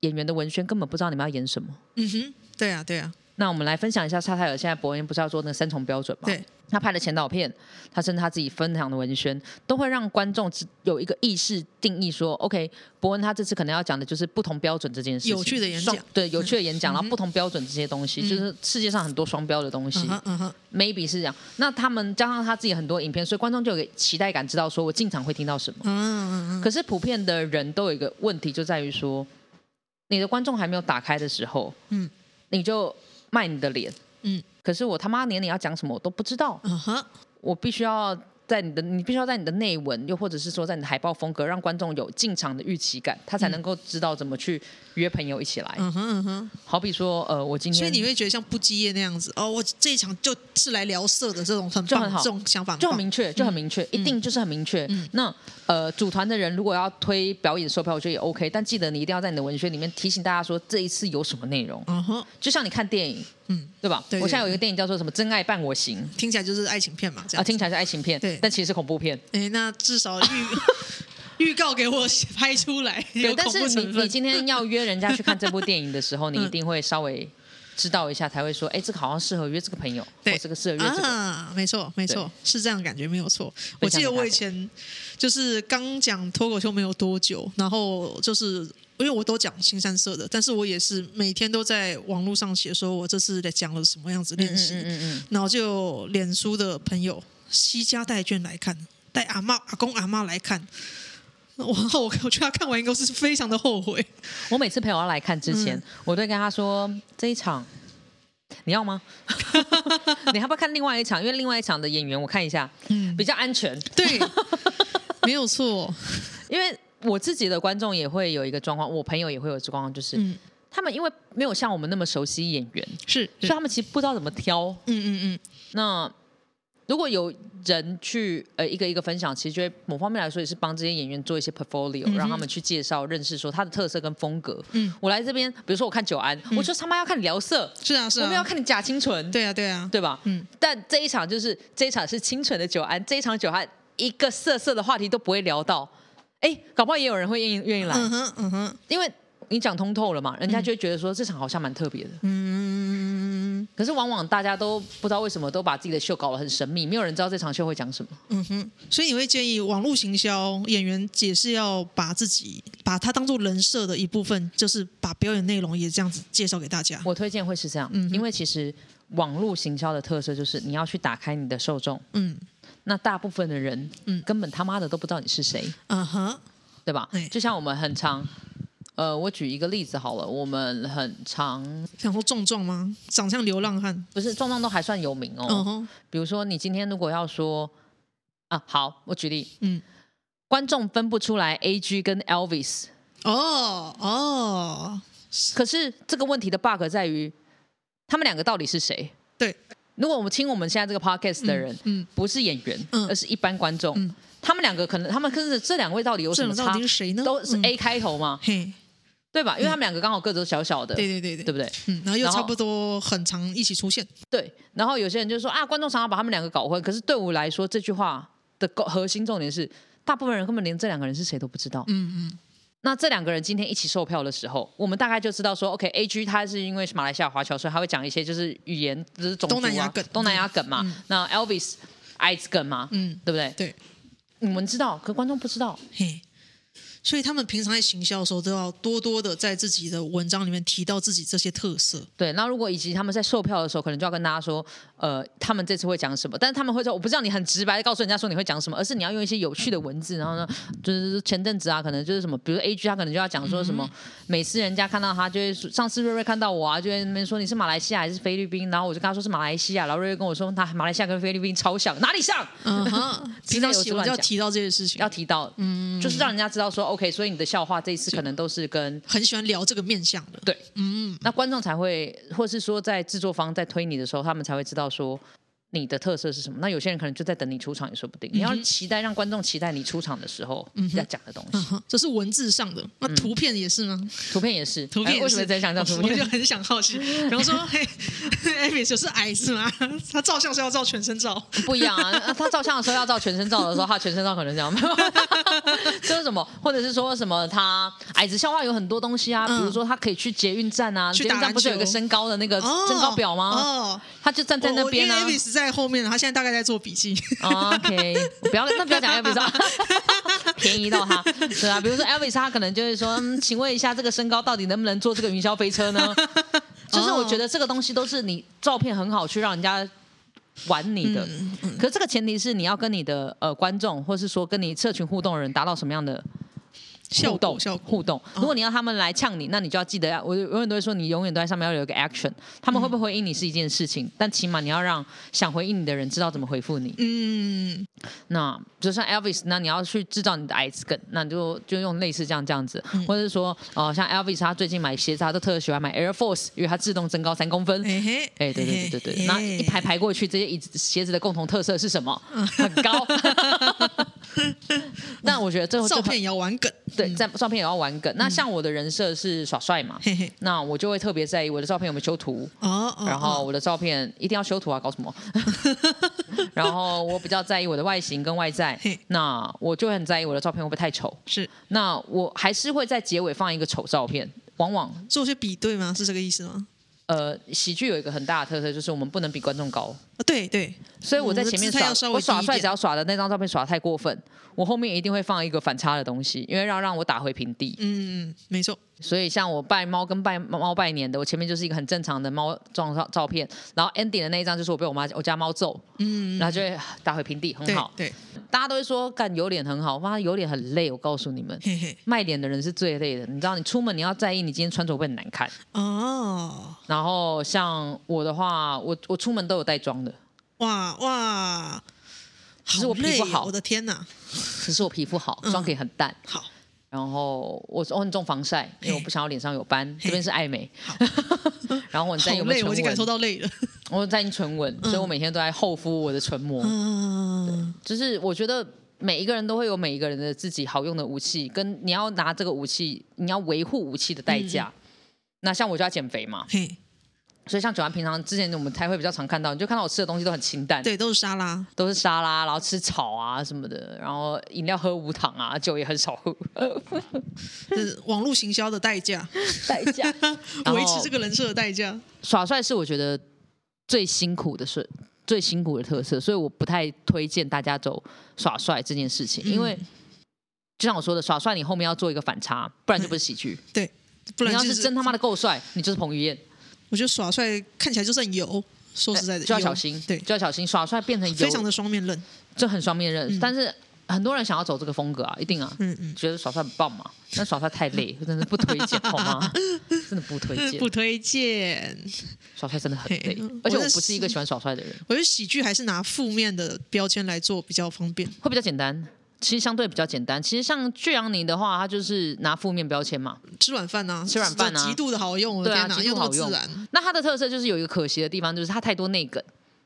C: 演员的文宣根本不知道你们要演什么，
A: 嗯哼，对啊对啊，
C: 那我们来分享一下沙泰尔现在伯恩不是要做那个三重标准吗？
A: 对，
C: 他拍的前导片，他甚至他自己分享的文宣，都会让观众知有一个意识定义说，OK，伯恩他这次可能要讲的就是不同标准这件事情，
A: 有趣的演
C: 双
A: 讲嗯
C: 对，有趣的演讲，然后不同标准这些东西，就是世界上很多双标的东西、
A: 嗯哼嗯哼，
C: m a y b e 是这样。那他们加上他自己很多影片，所以观众就有个期待感，知道说我进场会听到什么。
A: 嗯嗯嗯，
C: 可是普遍的人都有一个问题，就在于说，你的观众还没有打开的时候，
A: 嗯
C: 嗯，你就卖你的脸，
A: 嗯
C: 嗯。可是我他妈连你要讲什么我都不知道，
A: 嗯哼，
C: 我必须要在你的你必须要在你的内文，又或者是说在你的海报风格，让观众有进场的预期感，他才能够知道怎么去约朋友一起来。
A: 嗯哼嗯哼，
C: 好比说，呃，我今天
A: 所以你会觉得像不羁业那样子哦，我这一场就是来聊色的这种很
C: 就
A: 棒
C: 很好
A: 这种想法，
C: 就很
A: 棒
C: 明确，就很明
A: 嗯
C: 确，一定就是很明确。那呃，组团的人如果要推表演售票，我觉得也 OK，但记得你一定要在你的文宣里面提醒大家说这一次有什么内容。
A: 嗯哼，
C: 就像你看电影，
A: 嗯
C: 嗯，对吧？
A: 对对
C: 我现在有一个电影叫做什么《真爱伴我行
A: 听起来就是爱情片嘛，这》
C: 啊，
A: 样子。
C: 听起来是爱情片
A: 对，
C: 但其实是恐怖片。
A: 哎，那至少预预 告给我拍出来，有
C: 对，但
A: 恐
C: 是
A: 怖
C: 你
A: 成
C: 你
A: 分。
C: 今天要约人家去看这部电影的 时候，
A: 嗯
C: 你一定会稍微知道一下，才会说，哎，这个好像适合约这个朋友，
A: 对
C: 或这个适合约这个。
A: 啊，没错，没错，是这样的感觉，没有错。我
C: 分享
A: 记
C: 给
A: 得
C: 大
A: 我以
C: 家
A: 前就是刚讲脱口秀没有多久，然后就是因为我都讲新三社的，但是我也是每天都在网络上写，说我这次在讲了什么样子练习，
C: 嗯嗯嗯，
A: 然后就有脸书的朋友西家带眷来看，带阿妈、阿公、阿妈来看。我 后我我觉得他看完以后是非常的后悔，
C: 我每次陪我要来看之前，
A: 嗯
C: 我都会跟他说这一场。你要吗？ 你要不要看另外一场？因为另外一场的演员我看一下，
A: 嗯
C: 比较安全。
A: 对， 没有错，
C: 因为我自己的观众也会有一个状况，我朋友也会有一个状况，就是、
A: 嗯，
C: 他们因为没有像我们那么熟悉演员，
A: 是，啊嗯
C: 所以
A: 是
C: 他们其实不知道怎么挑。
A: 嗯嗯嗯，
C: 那如果有人去呃一个一个分享，其实觉得某方面来说也是帮这些演员做一些 portfolio，、让他们去介绍、认识说他的特色跟风格。
A: 嗯
C: 我来这边，比如说我看九安，我就他妈要看你聊色，
A: 是啊是
C: 我
A: 啊，
C: 们要看你假清纯，
A: 对啊对啊，
C: 对吧？
A: 嗯，
C: 但这一场就是这一场是清纯的九安，这一场九安一个色色的话题都不会聊到，哎，搞不好也有人会愿意愿意来，
A: 嗯哼嗯哼
C: 因为你讲通透了嘛，人家就会觉得说这场好像蛮特别的。
A: 嗯
C: 可是往往大家都不知道为什么都把自己的秀搞得很神秘，没有人知道这场秀会讲什么。
A: 嗯哼，所以你会建议网络行销演员也是要把自己把它当做人设的一部分，就是把表演内容也这样子介绍给大家。
C: 我推荐会是这样，
A: 嗯
C: 因为其实网络行销的特色就是你要去打开你的受众，
A: 嗯
C: 那大部分的人，
A: 嗯
C: 根本他妈的都不知道你是谁。
A: 嗯哼
C: 对吧
A: 对？
C: 就像我们很常，呃，我举一个例子好了，我们很常
A: 想说壮壮吗？长相流浪汉。
C: 不是壮壮都还算有名哦。
A: 嗯哼
C: 比如说，你今天如果要说啊，好，我举例，
A: 嗯，
C: 观众分不出来 A G 跟 Elvis，
A: 哦哦，
C: 可是这个问题的 bug 在于，他们两个到底是谁？
A: 对，
C: 如果我们听我们现在这个 podcast 的人，
A: 嗯
C: 不是演员，
A: 嗯
C: 而是一般观众，他们两个可能，他们跟着这两位到底有
A: 这
C: 什么
A: 种到
C: 差
A: 底？是谁呢？
C: 都是
A: 嗯
C: A 开头嘛，
A: 嘿，
C: 对吧？因为他们两个刚好个子都小小的，
A: 对对对对，
C: 对不对？
A: 嗯，然后又
C: 然后
A: 差不多很常一起出现。
C: 对，然后有些人就说啊，观众常常把他们两个搞混。可是对我来说，这句话的构核心重点是，大部分人根本连这两个人是谁都不知道。
A: 嗯嗯
C: 那这两个人今天一起售票的时候，我们大概就知道说，OK，A G 他是因为是马来西亚华侨，所以他会讲一些就是语言，就是种族、啊、
A: 东南亚梗
C: 东南亚梗嘛。那 Elvis 矮子梗嘛，
A: 嗯，
C: 对不对？
A: 对，
C: 你们知道，可观众不知道。
A: 嘿。所以他们平常在行销的时候，都要多多的在自己的文章里面提到自己这些特色。
C: 对，那如果以及他们在售票的时候，可能就要跟大家说，呃，他们这次会讲什么？但是他们会说，我不知道你很直白的告诉人家说你会讲什么，而是你要用一些有趣的文字，然后呢，就是前阵子啊，可能就是什么，比如 A G 他可能就要讲说什么，每次人家看到他就会说，上次瑞瑞看到我啊，就在那边说你是马来西亚还是菲律宾，然后我就跟他说是马来西亚，然后瑞瑞跟我说他马来西亚跟菲律宾超像，哪里像？
A: 嗯 哼，平常写文就要提到这些事情，
C: 要提到，嗯，就是让人家知道说，OK，所以你的笑话这一次可能都是跟
A: 很喜欢聊这个面向的。
C: 对，
A: 嗯，
C: 那观众才会，或是说在制作方在推你的时候，他们才会知道说你的特色是什么。那有些人可能就在等你出场也说不定。你要期待让观众期待你出场的时候要讲的东西。
A: 嗯哼嗯这是文字上的，那图片也是吗？
C: 图片也是，
A: 图片
C: 嗯哎
A: 也
C: 为
A: 是哦
C: 什么在想到图
A: 我就
C: 片？
A: 很想好奇。比方说，嘿 艾米就是矮是吗？ 他照相是要照全身照，
C: 不一样啊！啊他照相的时候要照全身照的时候，他全身照可能这 样，就是什么，或者是说什么他矮子笑话有很多东西啊，
A: 嗯
C: 比如说他可以去捷运站啊，
A: 去
C: 捷
A: 打
C: 运站
A: 篮
C: 不是有一个
A: 球
C: 身高的那个
A: 哦
C: 身高表吗？
A: 哦，
C: 他就站在那边啊
A: 艾。米在后面，他现在大概在做笔记。
C: 哦 OK，不要那不要讲 Elvis，啊 便宜到他，对啊，比如说 Elvis，他可能就会说，嗯，请问一下，这个身高到底能不能坐这个云霄飞车 呢？就是我觉得这个东西都是你照片很好去让人家玩你
A: 嗯
C: 的，可是这个前提是你要跟你的呃观众，或是说跟你社群互动的人达到什么样的
A: 效
C: 互动
A: 果效果，哦
C: 互动。如果你要他们来呛你，那你就要记得要，我永远都会说，你永远都在上面要有一个 action。他
A: 嗯
C: 们会不会回应你是一件事情，但起码你要让想回应你的人知道怎么回复你。
A: 嗯，
C: 那就像 Elvis，那你要去制造你的矮子梗，那你就就用类似这样这样子，
A: 嗯
C: 或者是说，呃，像 Elvis 他最近买鞋子，他都特别喜欢买 Air Force，因为它自动增高三公分。
A: 哎嘿，
C: 哎、对对对对对，那一排排过去，这些椅子鞋子的共同特色是什么？
A: 嗯
C: 很 高。那我觉得最后就
A: 照
C: 很
A: 片也要玩梗，
C: 对，在照片也要玩梗。那像我的人设是耍帅嘛，
A: 嘿嘿，
C: 那我就会特别在意我的照片有没有修图，
A: 哦，哦
C: 然后我的照片一定要修图啊，搞什么？ 然后我比较在意我的外形跟外在
A: 嘿，
C: 那我就会很在意我的照片会不会太丑。
A: 是
C: 那我还是会在结尾放一个丑照片。往往，
A: 做些比对吗？是这个意思吗？
C: 呃，喜剧有一个很大的特色，就是我们不能比观众高。
A: 啊对对，嗯
C: 所以我在前面
A: 我们的姿态
C: 耍
A: 要稍，微
C: 我耍
A: 低一
C: 帅
A: 点
C: 只要耍的那张照片耍得太过分，我后面一定会放一个反差的东西，因为要让我打回平地。
A: 嗯，嗯没错，
C: 所以像我拜猫跟拜猫拜年的，我前面就是一个很正常的猫状照照片，然后 ending 的那一张就是我被我妈我家猫揍，嗯，然后就会打回平地，很
A: 对
C: 好。
A: 对，
C: 大家都会说干有脸很好，哇，有脸很累，我告诉你们。
A: 嘿嘿，
C: 卖脸的人是最累的，你知道，你出门你要在意你今天穿着会不会很难看。
A: 哦，
C: 然后像我的话，我我出门都有带妆的，
A: 哇哇，
C: 是
A: 好
C: 我皮
A: 累
C: 肤
A: 哦
C: 好
A: 我的天哪，
C: 只是我皮肤好，
A: 嗯
C: 妆可以很淡。
A: 好，
C: 然后我我很重防晒，因为我不想要脸上有斑。这边是爱美， 然后我很在意
A: 好
C: 有没
A: 累，
C: 有
A: 我已
C: 唇
A: 经感受
C: 纹，
A: 到 累了。
C: 我在意唇纹，所以我每天都在厚敷我的唇膜。
A: 嗯，
C: 就是我觉得每一个人都会有每一个人的自己好用的武器，跟你要拿这个武器，你要维护武器的代价。那像我就要减肥嘛，
A: 嘿，
C: 所以像九安平常之前我们才会比较常看到，你就看到我吃的东西都很清淡，
A: 对，都是沙拉。
C: 都是沙拉，然后吃草啊什么的，然后饮料喝无糖啊，酒也很少喝，
A: 就是网络行销的代价，
C: 代价然后
A: 维持这个人设的代价。
C: 耍帅是我觉得最辛苦的事，最辛苦的特色，所以我不太推荐大家走耍帅这件事
A: 嗯
C: 情，因为就像我说的，耍帅你后面要做一个反差，不然就不是喜剧。
A: 对， 不
C: 你
A: 然
C: 要
A: 就是
C: 真他妈的够帅，你就是彭于晏，
A: 我觉得耍帅看起来就是很油，说实在的，
C: 哎就要
A: 油
C: 小心，
A: 对，
C: 就要小心，耍帅变成
A: 非常
C: 油，
A: 的嗯双面刃。
C: 这很双面刃。但是很多人想要走这个风格啊，一定啊，
A: 嗯嗯，
C: 觉得耍帅很棒嘛，但耍帅太 累，真的不推荐，好吗？真的不推荐
A: 呃不，推荐。
C: 耍帅真的很累
A: 嘿，
C: 而且
A: 我
C: 我
A: 是
C: 不是一个喜欢耍帅的人，
A: 我觉得喜剧还是拿负面的标签来做比较方便。
C: 会比较简单。其实相对比较简单。其实像巨阳你的话，他就是拿负面标签嘛，
A: 吃软饭啊，
C: 吃软饭啊
A: 极度的好用，我的
C: 对
A: 天，
C: 啊
A: 哪，
C: 极
A: 又那
C: 度
A: 么
C: 好
A: 自
C: 用
A: 然。
C: 那他的特色就是有一个可惜的地方，就是他太多内梗。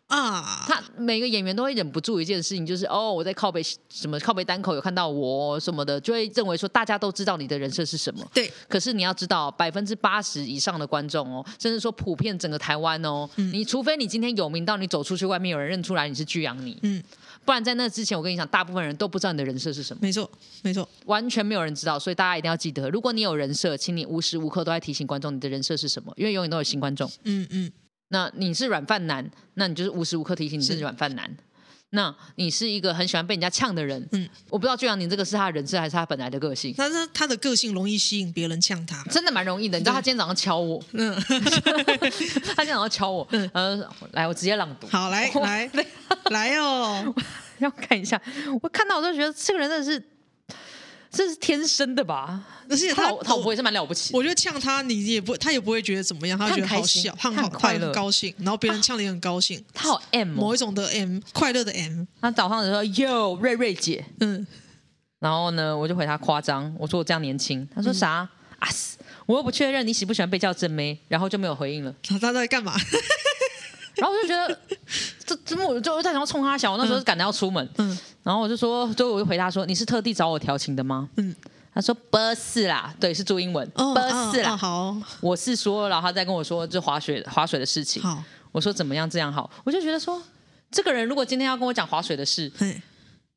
A: 啊！
C: 他每个演员都会忍不住一件事情，就是哦，我在靠背什么靠背单口有看到我什么的，就会认为说大家都知道你的人设是什么。
A: 对，
C: 可是你要知道，百分之八十以上的观众哦，甚至说普遍整个台湾哦，
A: 嗯
C: 你除非你今天有名到你走出去外面有人认出来你是巨阳你，
A: 嗯，
C: 不然在那之前，我跟你讲，大部分人都不知道你的人设是什么，
A: 没错，没错，
C: 完全没有人知道。所以大家一定要记得，如果你有人设，请你无时无刻都在提醒观众你的人设是什么，因为永远都有新观众。
A: 嗯嗯，
C: 那你是软饭男，那你就是无时无刻提醒你是
A: 是
C: 软饭男。那你是一个很喜欢被人家呛的人，
A: 嗯
C: 嗯，我不知道巨阳你这个是他的人设还是他本来的个性，
A: 但是他的个性容易吸引别人呛他。
C: 真的蛮容易的。你知道他今天早上敲 我，
A: 嗯，
C: 他今天早上敲我，呃，来我直接朗读，
A: 好，来
C: 我
A: 来 来哦，
C: 让我看一下，我看到我就觉得这个人真的是，这是天生的吧？
A: 而且
C: 他
A: 他
C: 老他老婆也是蛮了不起的，
A: 我觉得呛他，你也不，他也不会觉得怎么样，他
C: 他
A: 觉
C: 很
A: 得好
C: 开心
A: 笑，
C: 他
A: 很
C: 很
A: 好，
C: 快
A: 他很
C: 乐
A: 高兴，然后别人呛得也很高兴，
C: 他好 M
A: 某
C: 哦
A: 一。种的 M 快乐的 M，
C: 他早上的时候哟瑞瑞姐，
A: 嗯，
C: 然后呢，我就回他夸张，我说我这样年轻，
A: 嗯
C: 他说啥、啊死，我又不确认你喜不喜欢被叫真妹，然后就没有回应了。
A: 他他在干嘛？
C: 然后我就觉得 这这我就我在想要冲他笑，我那时候赶着要出门，
A: 嗯
C: 然后我就说，就我就回答说，你是特地找我调情的吗？
A: 嗯
C: 嗯。他说不是啦，对，是注英文，
A: 哦，
C: 不
A: 哦
C: 是啦，
A: 哦好
C: 我是说，然后他在跟我说这滑雪滑水的事情，
A: 好，
C: 我说怎么样这样好，我就觉得说，这个人如果今天要跟我讲滑水的事，
A: 嘿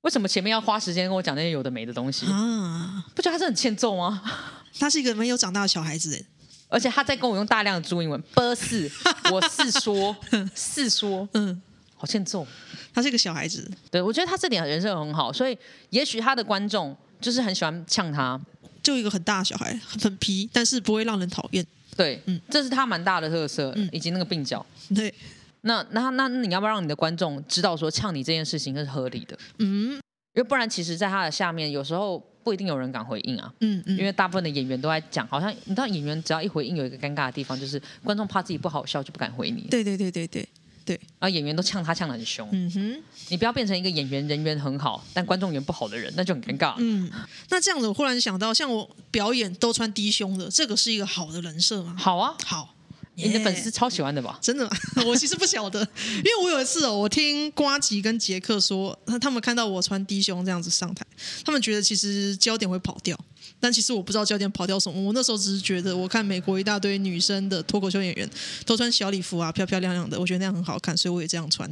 C: 为什么前面要花时间跟我讲那些有的没的东西？
A: 啊，
C: 不觉得他是很欠揍吗？
A: 他是一个没有长大的小孩子哎，
C: 而且他在跟我用大量的注英文，不是，我是 说，是说，
A: 嗯，
C: 好欠揍。
A: 他是一个小孩子，
C: 对我觉得他这点人设很好，所以也许他的观众就是很喜欢呛他。
A: 就一个很大的小孩，很很皮，但是不会让人讨厌。
C: 对，
A: 嗯
C: 这是他蛮大的特色，
A: 嗯
C: 以及那个鬓角。
A: 对，
C: 那那那你要不要让你的观众知道说呛你这件事情是合理的？
A: 嗯
C: 因为不然，其实，在他的下面，有时候不一定有人敢回应啊。
A: 嗯嗯，
C: 因为大部分的演员都在讲，好像你知道，演员只要一回应，有一个尴尬的地方，就是观众怕自己不好笑，就不敢回你。
A: 对对对对对对，
C: 然后演员都呛他呛得很凶。
A: 嗯哼，
C: 你不要变成一个演员人缘很好，但观众缘不好的人，那就很尴尬。
A: 嗯，那这样子，我忽然想到，像我表演都穿低胸的，这个是一个好的人设吗？
C: 好啊，
A: 好，
C: 你的
A: 耶
C: 粉丝超喜欢的吧？
A: 真的吗？ 我其实不晓得，因为我有一次哦，我听瓜吉跟杰克说，他们看到我穿低胸这样子上台，他们觉得其实焦点会跑掉，但其实我不知道焦点跑掉什么。我那时候只是觉得，我看美国一大堆女生的脱口秀演员都穿小礼服啊，漂漂亮亮的，我觉得那样很好看，所以我也这样穿。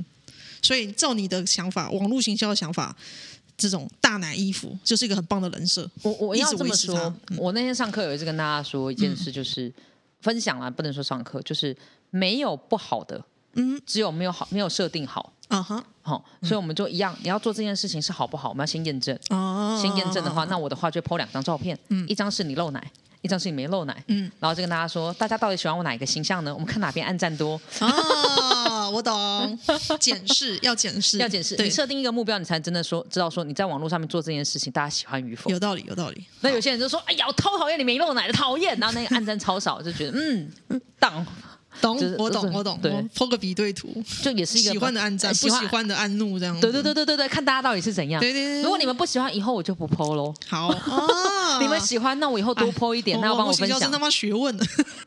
A: 所以照你的想法，网络行销的想法，这种大奶衣服就是一个很棒的人设。
C: 我我
A: 一直
C: 要这么
A: 维持它
C: 说，我那天上课有一次跟大家说一件事，就是、分享啊啦，不能说上课，就是没有不好的，
A: 嗯
C: 只有没有好，没有设定好。
A: 啊哈
C: 好、所以我们就一样，你要做这件事情是好不好，我们要先验证。
A: 哦，
C: 先验证的话，那我的话就 PO 两张照片，一张是你露奶，一张是你没露奶，
A: 嗯
C: 然后就跟大家说，大家到底喜欢我哪一个形象呢？我们看哪边暗赞多，
A: 啊，我 懂，检视要检视，
C: 要解释，
A: 对
C: 你，设定一个目标，你才真的说知道说你在网络上面做这件事情，大家喜欢与否。
A: 有道理，有道理。
C: 那有些人就说，哎呀，我超讨厌你没露奶的，讨厌。然后那个暗赞超少，就觉得嗯，当
A: 懂
C: 就是，
A: 我懂，我懂，
C: 对
A: 我，剖个比对图，
C: 就也是一个呃
A: 喜欢的暗赞，不
C: 喜欢
A: 喜欢的暗怒，这样子。
C: 对对对对对对，看大家到底是怎样。
A: 对对对对
C: 如果你们不喜欢，以后我就不剖喽。
A: 好，啊
C: 你们喜欢，那我以后多剖一点，那要帮
A: 哎我
C: 我分
A: 真他
C: 享。
A: 妈学问，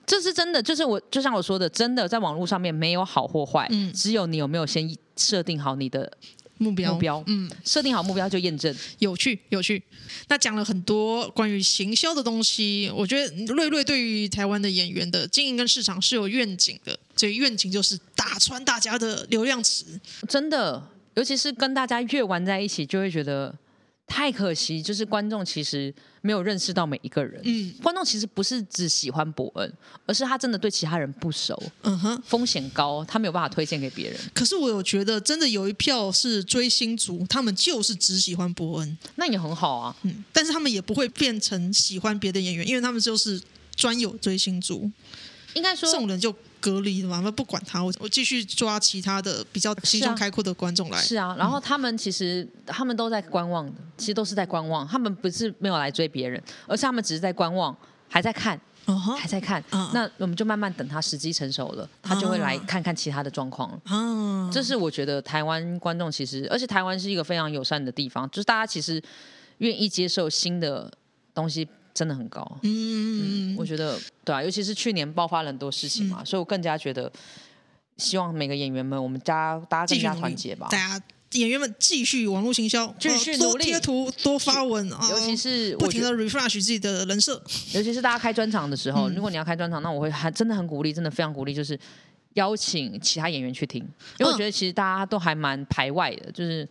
C: 这是真的，就是我就像我说的，真的在网络上面没有好或坏，
A: 嗯
C: 只有你有没有先设定好你的
A: 目标
C: 目标
A: 嗯，
C: 设定好目标就验证。
A: 有趣有趣。那讲了很多关于行销的东西，我觉得瑞瑞对于台湾的演员的经营跟市场是有愿景的，所以愿景就是打穿大家的流量池。
C: 真的，尤其是跟大家越玩在一起，就会觉得太可惜，就是观众其实没有认识到每一个人。
A: 嗯
C: 观众其实不是只喜欢伯恩，而是他真的对其他人不熟，
A: 嗯哼。
C: 风险高，他没有办法推荐给别人。
A: 可是我有觉得，真的有一票是追星族，他们就是只喜欢伯恩，
C: 那也很好啊，
A: 嗯，但是他们也不会变成喜欢别的演员，因为他们就是专有追星族，
C: 应该说
A: 这种人就隔离了嘛，那不管他，我我继续抓其他的比较心胸开阔的观众来。
C: 是啊。然后他们其实他们都在观望的，其实都是在观望，他们不是没有来追别人，而是他们只是在观望，还在看，
A: 嗯哼
C: 还在看。
A: 嗯
C: 那我们就慢慢等他时机成熟了，他就会来
A: 啊
C: 看看其他的状况了。
A: 啊，
C: 这是我觉得台湾观众其实，而且台湾是一个非常友善的地方，就是大家其实愿意接受新的东西真的很高。
A: 嗯，
C: 我觉得对啊，尤其是去年爆发了很多事情嘛，所以我更加觉得希望每个演员们，我们加大家
A: 继
C: 更
A: 续
C: 加
A: 努力
C: 团结吧。
A: 大家演员们继续网络行销，
C: 继续
A: 呃
C: 努
A: 多
C: 力
A: 贴图、多发文啊，
C: 尤其是
A: 不
C: 我
A: 停
C: 觉
A: 的
C: 得，
A: refresh 自己的人设。
C: 尤其是大家开专场的时候，
A: 嗯
C: 如果你要开专场，那我会还真的很鼓励，真的非常鼓励，就是邀请其他演员去听，因为我
A: 嗯
C: 觉得其实大家都还蛮排外的，就是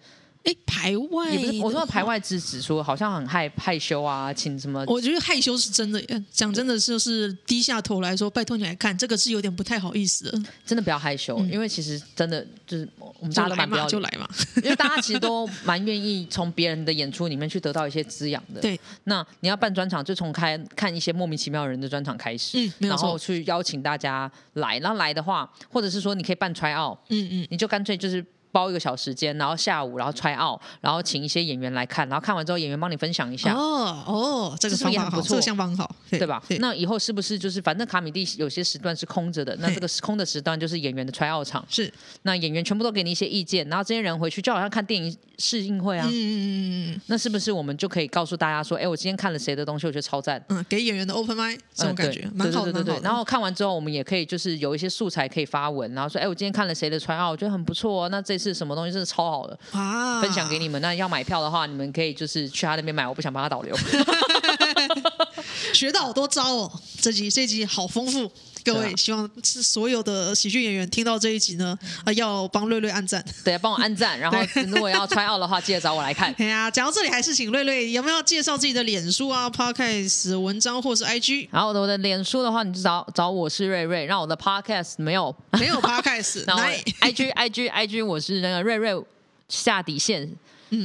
A: 哎，排外
C: 也不是我说的排
A: 外。
C: 外是指说好像很害害羞啊，请什么
A: 我觉得害羞是真的耶，讲真的，就是低下头来说，拜托你来看，这个是有点不太好意思的，
C: 真的不要害羞，因为其实真的就是我们大
A: 嗯就
C: 家都
A: 来
C: 蛮不
A: 嘛，
C: 要
A: 就
C: 脸，
A: 来嘛。
C: 因为大家其实都蛮愿意从别人的演出里面去得到一些滋养的。
A: 对，
C: 那你要办专场，就从开看一些莫名其妙的人的专场开始，
A: 嗯没有
C: 然
A: 错
C: 后去邀请大家来，然后来的话，或者是说你可以办 try out，
A: 嗯嗯，
C: 你就干脆就是。包一个小时间，然后下午，然后 try out，然后请一些演员来看，然后看完之后演员帮你分享一下，
A: 哦哦，这个
C: 这是不
A: 方
C: 是也
A: 法
C: 很
A: 好，
C: 不错
A: 这个想法很好，对
C: 对吧？
A: 对
C: 那以后是不是就是反正卡米蒂有些时段是空着的，那
A: 嘿
C: 这个空的时段就是演员的 try out 场，
A: 是，
C: 那演员全部都给你一些意见，然后这些人回去就好像看电影试映会啊。
A: 嗯嗯嗯嗯
C: 那是不是我们就可以告诉大家说，哎，我今天看了谁的东西，我觉得超赞，
A: 嗯，给演员的 open m i d 这
C: 嗯，
A: 种
C: 对
A: 感觉，蛮好的，蛮
C: 对对对对
A: 好
C: 对。
A: 的。
C: 然后看完之后，我们也可以就是有一些素材可以发文，然后说，哎，我今天看了谁的穿啊，我觉得很不错哦。那这次什么东西真的超好的，
A: 啊，
C: 分享给你们。那要买票的话，你们可以就是去他那边买，我不想帮他导 流。
A: 学到好多招哦！这集这集好丰富，各位、
C: 对啊嗯
A: 希望是所有的喜剧演员听到这一集呢，啊、要帮瑞瑞按赞。
C: 对，帮我按赞。然后
A: 对
C: 如果要穿 out 的话，记得找我来看。
A: 哎呀，讲到这里还是请瑞瑞有没有要介绍自己的脸书啊、Podcast 文章或是 IG？
C: 然后我的脸书的话，你就找找我是瑞瑞，让我的 podcast 没有
A: 没有 Podcast，
C: 然后
A: 来
C: IG IG IG 我是那个瑞瑞下底线。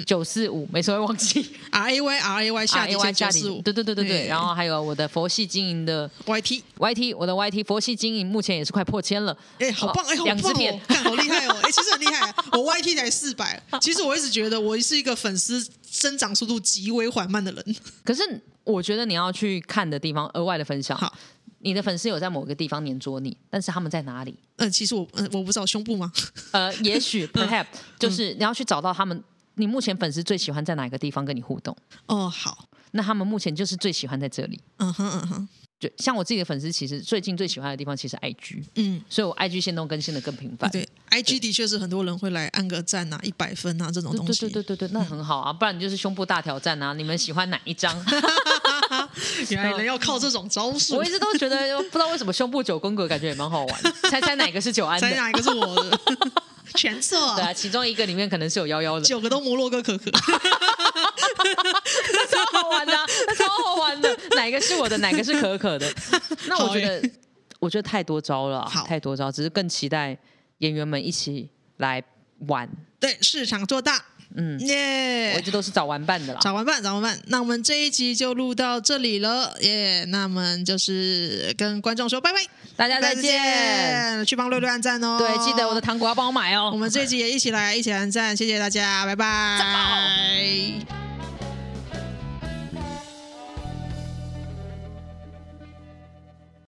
C: 九四五，没错，忘记啊
A: R A Y R A Y 嗯 下底
C: RAY
A: 线九四五，
C: 对对对对对，
A: 哎
C: 然后还有我的佛系经营的
A: YT，
C: YT，我的 YT 佛系经营目前也是快破千了，
A: 哎、好棒，
C: 哦
A: 哎、好
C: 两
A: 棒
C: 支片
A: 哦，，看好厉害哦，哎、其实很厉害、我 YT 才四百，其实我一直觉得我是一个粉丝增长速度极为缓慢的人。
C: 可是我觉得你要去看的地方，额外的分享
A: 好，
C: 你的粉丝有在某个地方黏着你，但是他们在 哪里？
A: 嗯，其实我嗯、我不知道胸部吗？
C: 呃，也许 perhaps 就是你要去找到他们，你目前粉丝最喜欢在哪个地方跟你互动，
A: 哦，好，
C: 那他们目前就是最喜欢在这里。
A: 嗯哼嗯哼，
C: 就像我自己的粉丝，其实最近最喜欢的地方其实 IG，
A: 嗯。
C: 所以我 IG 线动更新的更频繁。
A: 对，IG 的确是很多人会来按个赞啊，一百分啊这种
C: 对
A: 东西。
C: 对对对对，那很好啊，不然你就是胸部大挑战啊！你们喜欢哪 一张？
A: 原来人要靠这种招数
C: 我一。直都觉得，不知道为什么胸部九宫格感觉也蛮好玩的。猜猜哪个是九安 的
A: 再？哪一个是我的？全错
C: 对。啊，其中一个里面可能是有幺幺的，
A: 九个都摩洛哥可 可，
C: 那 超好玩的啊，那超好玩 的。哪个是我的，哪个是可可的？ 那我
A: 好
C: 觉
A: 耶
C: 得，我觉得太多招了啊
A: 好，
C: 太多招，只是更期待演员们一起来玩。
A: 对市场做大，嗯，
C: 我
A: 耶
C: 一！直都是找玩伴的啦。
A: 找玩伴，找玩伴。那我们这一集就录到这里了，耶！那我们就是跟观众说拜拜，
C: 大家再见。，
A: 去帮六六按赞哦。
C: 对，记得我的糖果要帮我买哦。
A: 我们这一集也一起来，一起来按赞，谢谢大家，拜拜。
C: 赞